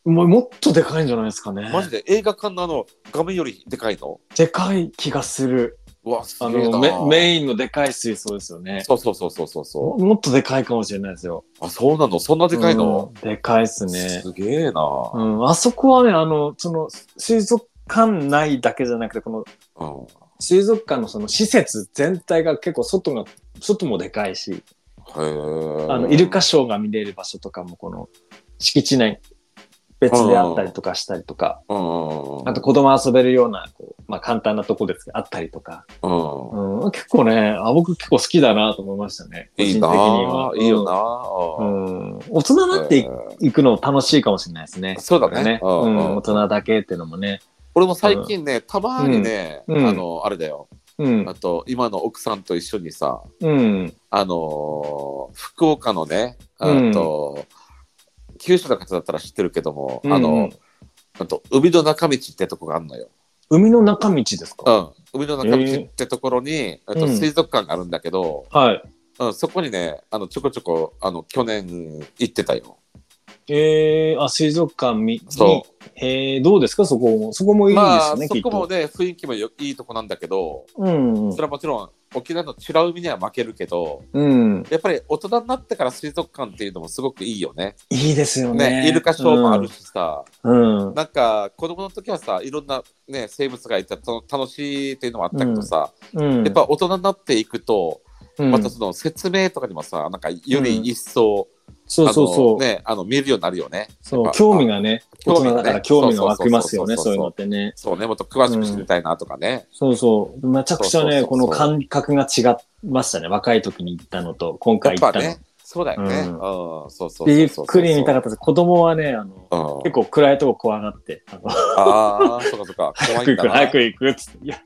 もうもっとでかいんじゃないですかね。マジで映画館のあの画面よりでかいのでかい気がする。うわ、すあげえなの、メメインのでかい水槽ですよね。そうそうそうそうそうそももっとでかいかもしれないですよ。う。あ、そうなのそんなでかいの、うんでかいっすね。すげえな、うん、あそこはね、あの、その、水族館内だけじゃなくて、この、うん水族館のその施設全体が結構外が、外もでかいし、へえ。あの、イルカショーが見れる場所とかも、この、敷地内、別であったりとかしたりとか、うんうんうん。あと子供遊べるような、こう、まあ簡単なとこですけど、あったりとか、うん。うん、結構ね、あ僕結構好きだなと思いましたね。いいな個人あ的には。いいような、ん。うん。大人になっていえー行くの楽しいかもしれないですね。そうだねううんんう。ん大人だけっていうのもね。俺も最近ね、たまにね、うんあの、あれだよ。うんあ。と、今の奥さんと一緒にさ、うん。あのー福岡のね、あうんと、九州の方だったら知ってるけども、あうんうのん、あと、海の中道ってとこがあるのよ。海の中道ですうかん。海の中道ってところに、あとうん水族館があるんだけど、はい。うん、そこにね、あの、ちょこちょこ、あの、去年行ってたよ。えー、あ、水族館み、そにえー、どうですかそこも。そこもう。いいでまあ、すね、そきっ。こともね、雰囲気もよいいとこなんだけど、うんうんそれはもちろん沖縄の美ら海には負けるけどうん。やっぱり大人になってから水族館っていうのもすごくいいよね。いいですよね。ねイルカショーもあるしさ、うん。うん。なんか子供の時はさいろんな、ね、生物がいてたの楽しいっていうのもあったけどさ、うんやっぱ大人になっていくと、うんまたその説明とかにもさなんかより一層、そうそうそあのう。ね、あの見えるようになるよね。そやうっ、ぱ興味がね、大興味人だがねから興味が湧きますよね、そういうのってね。そうねもっと詳しく知りたいなとかね。そうそう。めちゃくちゃね、そうそうそうそうこの感覚が違いましたね。若い時に行ったのと、今や回っ行っぱたの。ねそうだよね。ううんん、そうそうそうそうそうびっくり見たかったです。子供はね、あの、うん、結構暗いとこ怖がって、あのああ、そうかそうか。怖早いくん行 く、だな早く行くっつって。いや、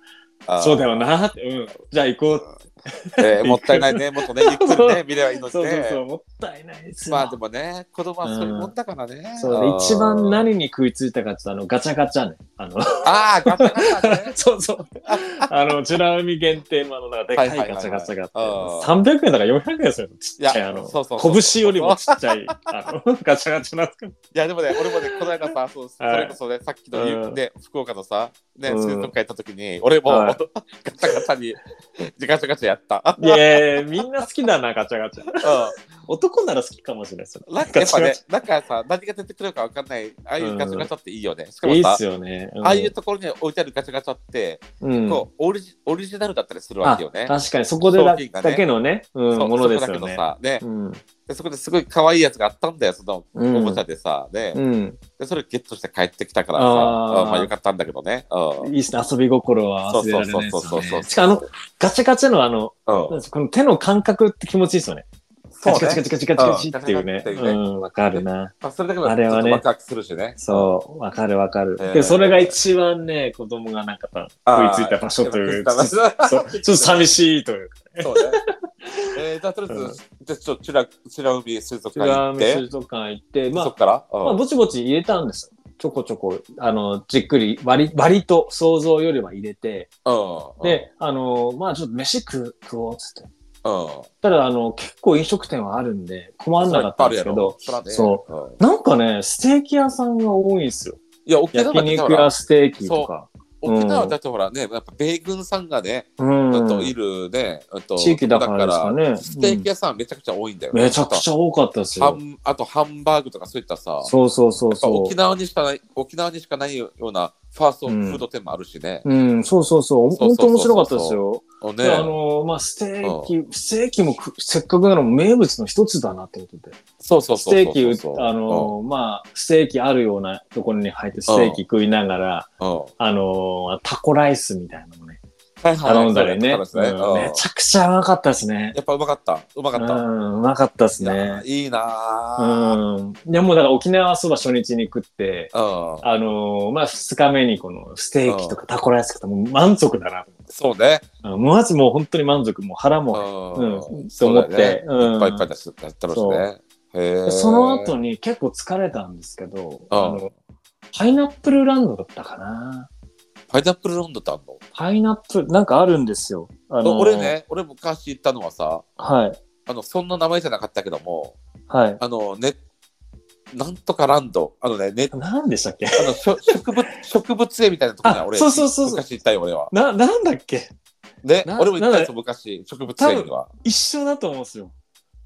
あーそうだよなって。うん。じゃあ行こうっえーもったいないね、もっとね、ゆっくりね、見ればいいのて。に そうそうそう、ね。もったいないですよ。まあでもね、子供はそういうもんだからね。そうであー一番何に食いついたかって言ったらあのガチャガチャね。あの、。ああ、ガチャガチャ ねそうそう。あの、チュラ海限定のあの、なんかでかいはいはいはいガはいチャガチャがあって、あ300円だから400円ですよ。ちっちゃいい、やあの、そうそうそう拳よりもちっちゃい、あの、 ガチャガチャなんですけど。いや、でもね、俺もね、この間さ、そうそはいれこそね、さっきのゆ、うんね、福岡のさ、ね、うん水族館行った時に、俺も、はいガチャガチャに、ガチャガチャやった。いやみんな好きだな、ガチャガチャ。う男なら好きかもしれないですよ。ん。なんかやっぱガねチ、なんかさ、何が出てくるかわかんない、ああいうガチャガチャっていいよね。しかいもいっさす、よね。うんああいうところに置いてあるガチャガチャって、うんこう、オリジオリジナルだったりするわあけよね。確かにそこでだ,、商品がねけのね、うそん、うものですそよこだねけど。さ、ねう、ん、でそこですごい可愛いやつがあったんだよ、そのうんおもちゃでさ。ねうん、でそれゲットして帰ってきたからさ、あーあまあよかったんだけどね。うん。いいっすね、遊び心は忘れられないですそうそうそうそうそよね。うしかもあの、ガチャガチャのあの、うんこの手の感覚って気持ちいいですよね。そガうチねガチガチガチガチガチっていうね。ううんん、わかるな。まあそれだけでもあちれょはっねとワクワクするしね。そう、わかるわかる。えーで、それが一番ね、子供がなんか食いあーついた場所と いう食いか、ついそうた場所ちょっと寂しいというか。そうね。えー、じゃあとりあえず、じゃあちょっとチュラ、チュラ海水族館違行っうて水、族館行って、まそっあ、から、うんまあ、ぼちぼち入れたんですよ。ちょこちょこ、あの、じっくり、割り、割と想像よりは入れて、うん、で、あの、まあ、ちょっと飯食う、食おうっつって。うん、ただ、あの、結構飲食店はあるんで、困んなかったんですけど、そらねそうんなんかね、ステーキ屋さんが多いんですよ。いや、沖縄焼だって肉やステーキとか。沖縄だとほらね、やっぱ米軍さんがね、うんあといるね、あと地域だからですかねステーキ屋さんめちゃくちゃ多いんだよね。めちゃくちゃ多かったですハよ。ンあとハンバーグとかそういったさ、そうそうそうそ沖縄にしかない沖縄にしかないようなファーストフード店もあるしね。う。うん、そうそうそう。そうそう本そうそ当う面白かったですよ。おねであの、まあ、ステーキ、ステーキもくせっかくなの名物の一つだなってことで。そうそうスそうそうテーそう。キ打っ、あの、まあ、ステーキあるようなところに入ってステーキ食いながら、うん、うんあの、タコライスみたいなのね、はいはい頼んだりね。うんそうだねうんめちゃくちゃうまかったですね。やっぱうまかった。うまかうった。ん、うまかったですいやねー。いいなうん。でもうだから沖縄そば初日に食って、ー。うん。あのーまあ、二日目にこのステーキとかタコライスとかもう満足だなとそうね。思って。まずもう本当に満足、もう腹う。も、うんん、と思っそうだよねて。うんいっぱいいっぱい出しだったろうしね。へーその後に結構疲れたんですけど、うんあの、パイナップルランドだったかな。パイナップルロンドってあんのパイナップル、なんかあるんですよ。あのー俺。ね、俺昔行ったのはさ、はい。あの、そんな名前じゃなかったけども、はい。あの、ね、なんとかランド、あのね、ね、なんでしたっけあの、しょ植物、植物園みたいなとこにあ俺、そうそうそうそう昔行ったよ、俺は。な、なんだっけね、な俺も行ったなんやだつ、昔、植物園には。一緒だと思うんですよ。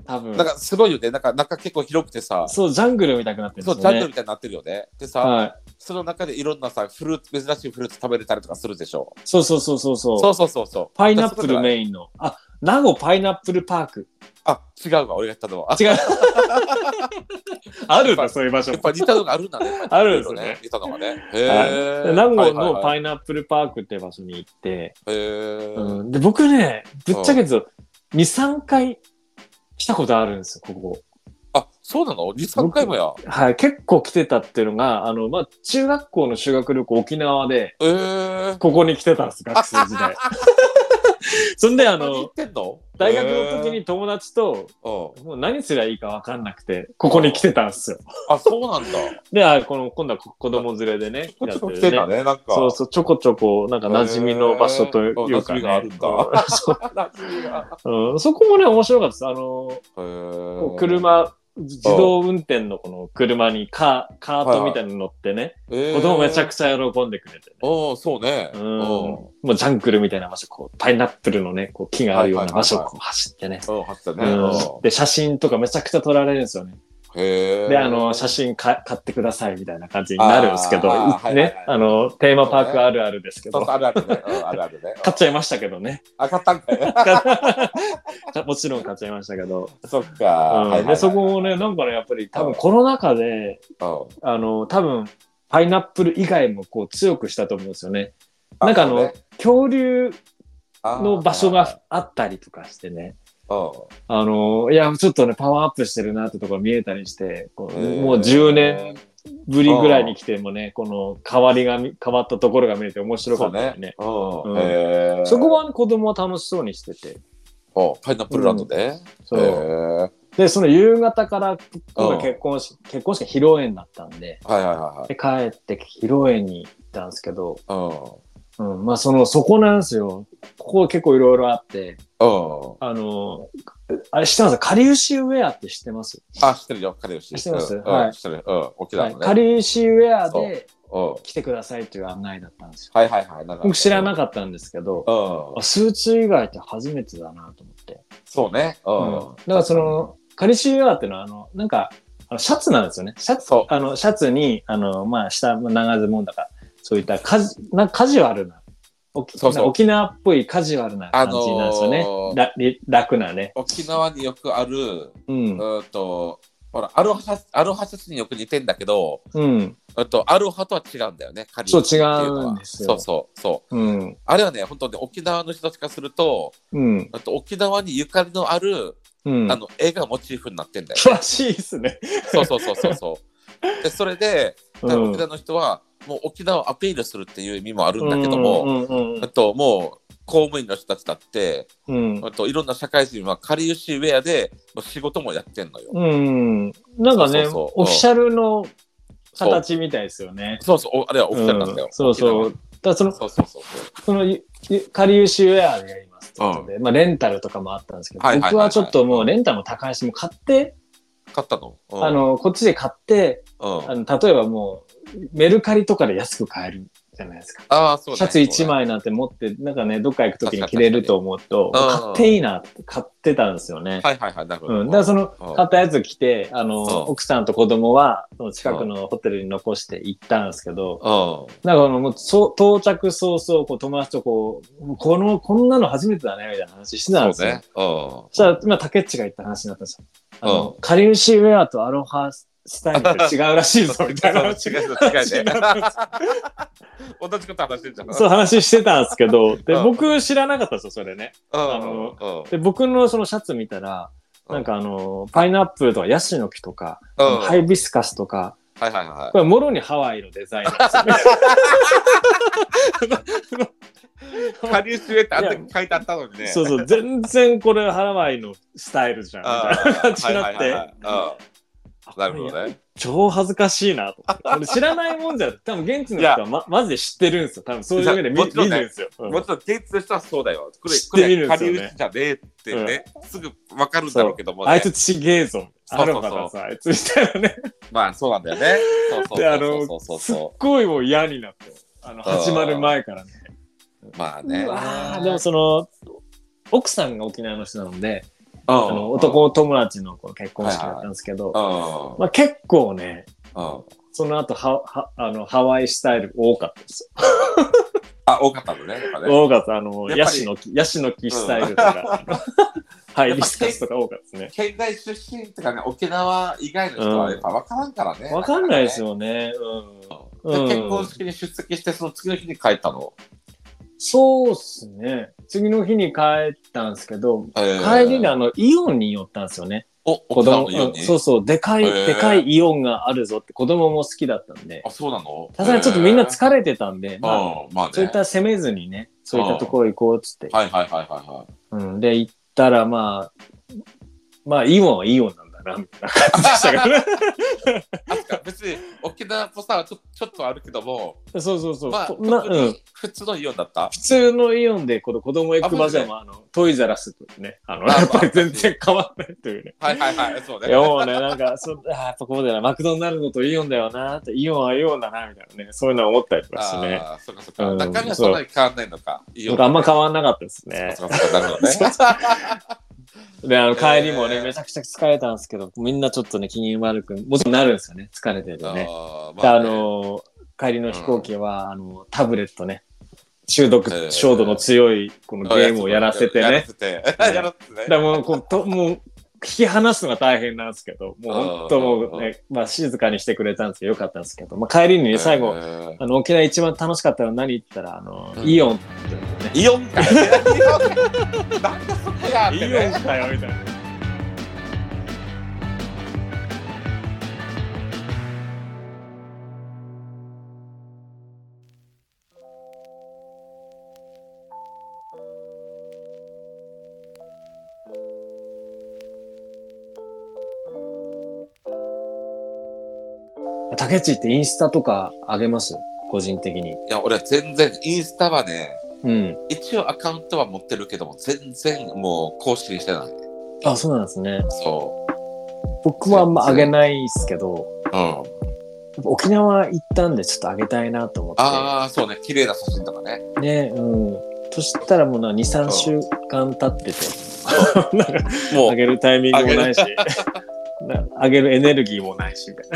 多分。なんか、すごいよね、なんか、中結構広くてさ、そう、ジャングルみたいになってるんそでう、すジよャね。ンルみたいになってるよね。でさ、はい。その中でいろんなさ、フルーツ、珍しいフルーツ食べれたりとかするでしょ。そうそうそうそうそう。そうそうそうそう。パイナップルメインの。あ、名護パイナップルパーク。あ、違うわ、俺が行ったのは。あ違う。あるんやっぱだ、そういう場所やっ。ぱ似たのがあるんだね。あるんですねいろいろ似たのがね。はへぇ名護のパイイナップルパークって場所に行って、へぇうん、で僕ね、ぶっちゃけですよ、2、3回来たことあるんですよ、ここ。あ、そうなの ?2、3回もや。はい、結構来てたっていうのが、あの、まあ、中学校の修学旅行沖縄で、えぇここに来てたんです、学生時 代。そんで、あ行のっ、てんの大学の時に。へ友達と、ーうんもう何すりゃいいか分かんなくて、ここに来てたんですよ。あ、そうなんだ。で、あこの今度は子供連れでね、こっちもや来っててるんだね。ね、なんか。そうそう、ちょこちょこ、なんか馴染みの場所というか、ねへーあ馴染みがあるん そラジオがううんそこもね、面白かったです。あの、へこーう車、自動運転のこの車にカー、カートみたいに乗ってね、へー子供めちゃくちゃ喜んでくれてね。うん、そうね。ううんん。もうジャングルみたいな場所、こう、パイナップルのね、こう、木があるような場所をはいはいはいはいこう走ってね。うん、はったね。うんうで、写真とかめちゃくちゃ撮られるんですよね。んへぇで、あの、写真か買ってくださいみたいな感じになるんですけど、あーね、はいはいはいあの、テーマパークあるあるですけど、そうそうあるあるね。うんあるあるね。 買っちゃいましたけどね。あ、買ったんかい。 もちろん買っちゃいましたけど。そっか。はいはいうんはで、いそこをね、なんかね、やっぱり多分コロナ禍で、うんあの、多分、パイナップル以外もこう強くしたと思うんですよね。あなんかあそうのね、恐竜あーの場所はいがあったりとかしてね。はいうん。あの、いや、ちょっとね、パワーアップしてるなってとこが見えたりして、こうへーもう10年ぶりぐらいに来てもね、この変わりがみ、変わったところが見えて面白かそっうたよね。そね。ううんんへーこは、ね、子供は楽しそうにしてて。おパイナップルランドで。そうへーで、その夕方から、今う度ん結婚式、結婚式が披露宴だったんで、はいはいはいはい。で帰って披露宴に行ったんですけど、ううん、まあその、そこなんですよ。ここ結構いろいろあって、ん。うん。あの、あれ知ってますかリウシウェアって知ってます、あ、知ってるよ、彼氏。知ってますうんはい知ってる。うん、沖は縄いの、ね。カリウシウェアでうん。は来てくださいという案内だったんですよ。いはいはい。なんか僕知らなかったんですけど、うんあ。スーツ以外って初めてだなと思って。そうね。ううんん。だからその、カリシウェアってのは、あの、なんか、あのシャツなんですよね。シャツそう、あの、シャツに、あの、まあ、下、まあ長ズボンだから、そういったカジ、なんかカジュアルな、沖そうそなうんか沖縄っぽいカジュアルな感じなんですよね。あのーらり楽なね。沖縄によくある、ううん。ーんと、ほら、アロハシャツ、アロハシャツによく似てんだけど、うん。うんと、アロハとは違うんだよね、カリそう、ウ違シっていうのはうんですそよう。そうそう。うん。あれはね、本当に沖縄の人たちからすると、うん。うんと沖縄にゆかりのある、うんあ。の、絵がモチーフになって んだよね。詳しいですね。そうそうそうそうそう。でそれで、多う分ん沖縄の人はもう沖縄をアピールするっていう意味もあるんだけども、うんうんあともう公務員の人たちだって、うん。あといろんな社会人はかりゆしウェアでもう仕事もやってんのよ。うん。うん。なんかね、そうそうそうオフィシャルの形みたいですよね。そうそう、おあれはオフィシャルなんだうよん。そうそう。沖だからその縄、そうそうそうそう。その、ゆゆ仮融資ウェアでやりますってことで、まあレンタルとかもあったんですけど、はいはいはい僕はいはちょっともうレンタルも高いし、もう買って、買ったの、うんあの、こっちで買って、うんあの例えばもう、メルカリとかで安く買えるじゃないですか。ああ、そうシャツ1。枚なんて持って、なんかね、どっか行くときに着れると思うと、確かに確買かにっていいなって買ってたんですよね。はいはいはい、なるほど。うん、だからそのうん買ったやつ着て、あうの、ん奥さんと子供は、その近くのホテルに残して行ったんですけど、なんかあの、もう、そう、到着早々、こう、友達とこう、もうこの、こんなの初めてだね、みたいな話してたんうん、ですそうよ。ね。うん。そしたら、今、竹内が言った話になったんですよ。あの、うカリウシウェアとアロハスタイルって違うらしいぞ、みたいな話。 違う違う違うね違う同じこと話してるじゃん。そう話してたんですけ ど、で、うん僕知らなかったんですよ、それね。うんあのうんで、僕のそのシャツ見たら、うんなんかあの、パイナップルとかヤシの木とか、うんハイビスカスとか、はいはいはこれもろにハワイのデザイン なんですよねい。下流シュエってあんだけ書いてあったのにね。そうそう、全然これハワイのスタイルじゃん。みたいな感じになってなるほどね。超恥ずかしいなと思っ て。俺知らないもんじゃ、多分現地の人はま、マジで知ってるんですよ。多分そういう目で見もちろん見ねるんですよ。うんもちろん、ゲイツの人はそうだよ。これ、知っこてみるんれ、で下すよね流じゃねえってね、すぐわかるんだろうけどもね。あいつちげえぞ。そあうそのうそう方さ、あいつみたいなね。まあ、そうなんだよね。そうそうで、あのそうそ、うすっそごいもう嫌になって、あの、あー始まる前からね。う。まあね。うわーでもその、奥さんが沖縄の人なので、ああの男友達のこう結婚式だったんですけど、まあ、結構ね、その後ハハあのハワイスタイル多かったですあ、多かったのね。やっぱねよ。多かった。あの、やっヤぱりシの木、ヤシの木スタイルとか、 ハイビスカスとか多かったですね。県外出身ってかね、沖縄以外の人はやっぱ分からんからね。わかんないですよ。よね。うん。でうん結婚式に出席して、その次の日に帰ったの。そうっすね。次の日に帰ったんですけど、帰帰りにあの、イオンに寄ったんですよね。お、子沖縄供、のよううんに。そうそう、でかい、へーでかいイオンがあるぞって子供も好きだったんであ、、そうなのさすがにちょっとみんなれ疲れてたんで、てまあまあね。そういった攻めずにね、そういったところ行こうっつって。はいはいはいはいはい。うん、で、行ったら、まあ、まあ、イオンはイオンなんだな、みたいな感じでしたからね。確か別に沖縄っぽさはちょちょっとあるけども、そうそうそう。まあ、こ特んなうん、に普通のイオンだった普。通のイオンでこの子供行く場所は、あまあ、あのトイザラスとね、あの、あやっぱり全然変わらないと いうね。はいはいはい、そうね。いやもうね、なんか、そうあーやっぱこうだよな、マクドナルドとイオンだよな、ってイオンはイオンだな、みたいなね、そういうのは思ったりとかしてね。ああ、そっかそっか。うん中身はそんなに変わんないのか。イオなンんかあんま変わんなかったですね。そっかそっかなるほどね。で、あの、帰りもね、えーめちゃくちゃ疲れたんですけど、みんなちょっとね、機嫌悪く、もちろんなるんですよね、疲れてるとね。あーでまああねのー帰りの飛行機は、あのタブレットね中毒えー衝動の強いこのゲームをやらせてやらねせて。うん やらせてねだからもうこうともう引き離すのが大変なんですけどもう本当もううんうんね、まあ、静かにしてくれたんですけどよかったんですけど、まあ、帰りにね最後、えーあの沖縄一番楽しかったのは何言ったらあの、うんイオンってイオンかよ。イオンかなんだそこやってね。ンかよみたいな。竹内ってインスタとか上げます個人的に。いや、俺は全然インスタはね、うん。一応アカウントは持ってるけども、全然もう更新してない。あ、そうなんですね。そ僕はあんま上げないですけど。う。うん。やっぱ沖縄行ったんでちょっとあげたいなと思っああ、そうね。綺麗な写真とかね。てねうんそしたらもうな23週間経っててなんかもあう、げるタイミングもないし なあげるエネルギーもないしみたい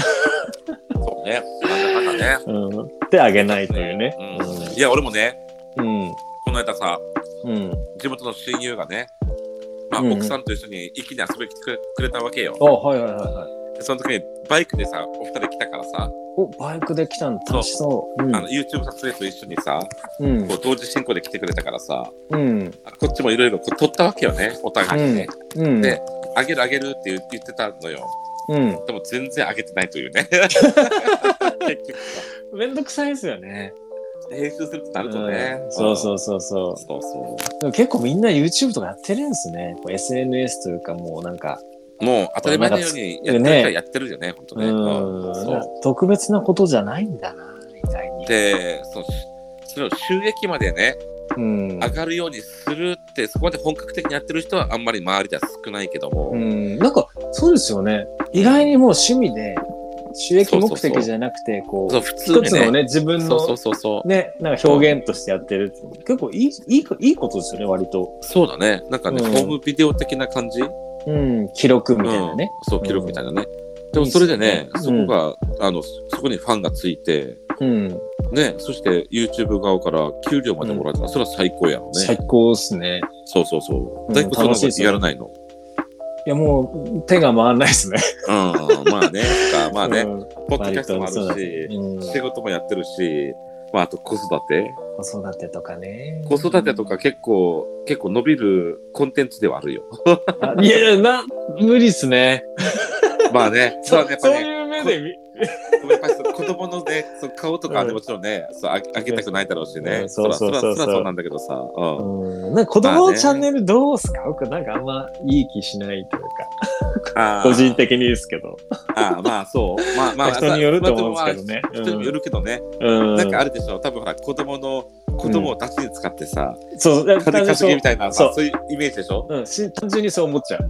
そうね。なんだかんだね。な、 うん、であげないというねうん、いや、俺もね、うんこの間さ、うん地元の親友がね、まあ、うんうん奥さんと一緒に一気に遊びに来てくれくれたわけよあ。はいはいはいはいでその時にバイクでさ、お二人来たからさ、おバイクで来たの楽しそううんあの YouTube 撮影と一緒にさ、うんこう同時進行で来てくれたからさ、うんこっちもいろいろ撮ったわけよね、お互いにね。うんであげるあげるって言言ってたのよ。うんでも全然あげてないという ね。結局さ、めんどくさいですよね編集するとなるとね。。うんそうそううそうそうそうそでも結構みんな YouTube とかやってるんですねこう SNS というかもうなんかう。もう当たり前のようにやってる人はやってるよね、本当ね。うんうんなそ。特別なことじゃないんだな、みたいうに。で、そのそれを収益までね、うん上がるようにするってそこまで本格的にやってる人はあんまり周りでは少ないけども、うん、なんか、そうですよね。意外にもう趣味で、収益目的じゃなくて、こ、そうう、普通一につのね。ね、自分そうそうのそうそう。ね、なんか表現としてやってるっていうの結構いい、いいこ、いいことですよね、割と。そうだね。なんかね、うんホームビデオ的な感じうん、記録みたいなね。うん、そう、記録みたいなね。でもそれでね、いいっすそねこが、あの、そこにファンがついて、うん、ね、そして YouTube 側から給料までもらえたら、それは最高やろう最ね。高ですね。そうそうそうう。ん大工そんな楽しいこでとすやよらないの。いや、もう、手が回んないですね。うん、まあね、かまあね、うんポッドキャストもあるし、うん、仕事もやってるし、まあ、あと子育て。子育てとかね。子育てとか結構、結構伸びるコンテンツではあるよ。あ。いやいや、な、無理っすね。ま あね、そうやっぱそうね、いう目で見やっぱりその子供のね、その顔とかはね、うんもちろんね、そうああげたくないだろうしねう。んそらそらそそうそうそうらそうなんだけどさ。うんうんなんか子供のチャンネルどうすか、僕なんかあんまいい気しないというか、あー個人的にですけど。ああまあそう。まあまあ、人によると思うんですけどねまあでもまあ人によるけどね。うん。なんかあるでしょ。多分ほら、子供の、子供を出しに使ってさ、そう、だ金稼ぎみたいな、まあそうそういうイメージでしょ。うん、し単純にそう思っちゃう。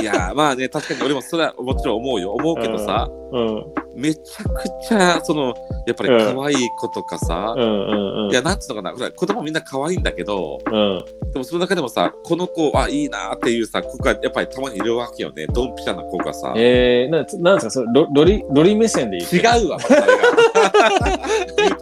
いやー、まあね、確かに俺もそれはもちろん思うよ。思うけどさ、うん、めちゃくちゃ、その、やっぱり可愛い子とかさ、うん、うん、うん。いや、なんつうのかな、ほら子供みんな可愛いんだけど、うん、でもその中でもさ、この子はいいなっていうさ、子がやっぱりたまにいるわけよね。ドンピシャな子がさ。違えー、なんつなんですか、それロロリ、ロリ目線で言ってるうわ、また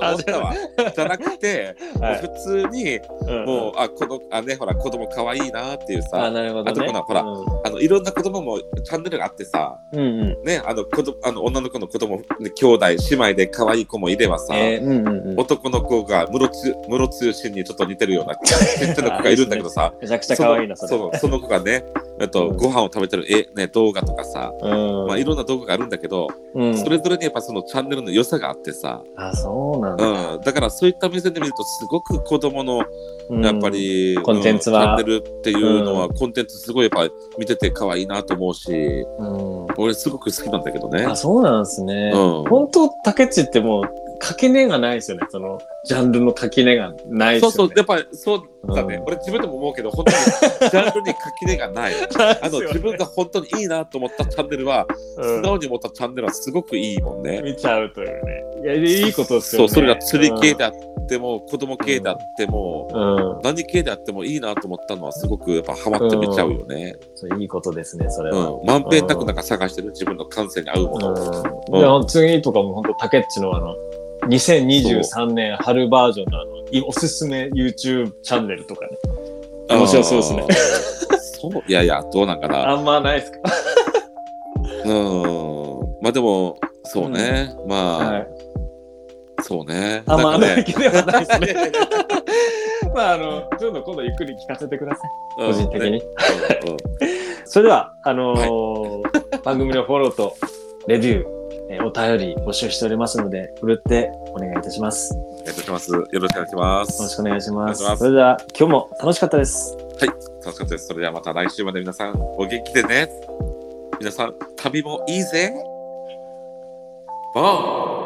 あれが。言うと思ったわ。じゃなくて、 はいもう普通に、うんもう、あ、この、あね、ほら、子供可愛いなっていうあ、さ、なるほど、ね。あとこのほらあの、いろんな子供もチャンネルがあってさ、うん、うん、うん。ね、あの、子供、あの、女の子の子供、ね兄弟、姉妹で可愛い子もいればさ、えー、うん、うん、うん。男の子がムロツ、ムロツヨシンにちょっと似てるような、ちっちゃな子がいるんだけどさ、めちゃくちゃ可愛いな、そそれ。のそうその子がね、えっと、うんご飯を食べてる絵、ね、動画とかさ、うん。まあ、いろんな動画があるんだけど、うんそれぞれにやっぱそのチャンネルの良さがあってさ、あ、そうなんうだ。ん、だからそういった目線で見ると、すごく子供のやっぱり、コンテンツはうんチャンネルっていうのは、コンテンツすごいやっぱ見てて可愛いなと思うし、うん、うん俺すごく好きなんだけどね。あ、そうなんですね。うん本当竹内ってもう垣根がないですよねそのジャンルの垣根がないですそようねそう、やっぱりそうだね、うん俺自分でも思うけど、本当にジャンルに垣根 がない。 あの、自分が本当にいいなと思ったチャンネルは、素直に思ったチャンネルはすごくいいもんね。見ちゃうというねいやいいことですよそう、ねそれが釣り系であっても、子供系であっても、うん、うん何系であってもいいなと思ったのは、すごくやっぱハマって見ちゃうよね。そういいことですねそれうは、ん。まんべんなくなんか探してる、自分の感性に合うもうのを。んうんいや次とかも本当竹内のあの2023年春バージョンのあのいおすすめ YouTube チャンネルとかね面白そうですねあー。そう、いやいや、どうなんかな。あんまないですか、うん。まあでも、そうね。まあ、はい、そうね。あんまなんかなねい気ではないです ねいやいやいやまああのちょっと今度ゆっくり聞かせてください うん個人的に、ねうんうんそれでは、あのー 番組のフォローとレビュー、えーお便り募集しておりますので、ふるってお願いいたします。よお願いいたします。よろしくお願いしまろしす。くお願いします。お願いしますそれでは、今日も楽しかったです。楽しかったです。それではまた来週まで皆さん、お元気でね。皆さん、旅もいいぜ。ボン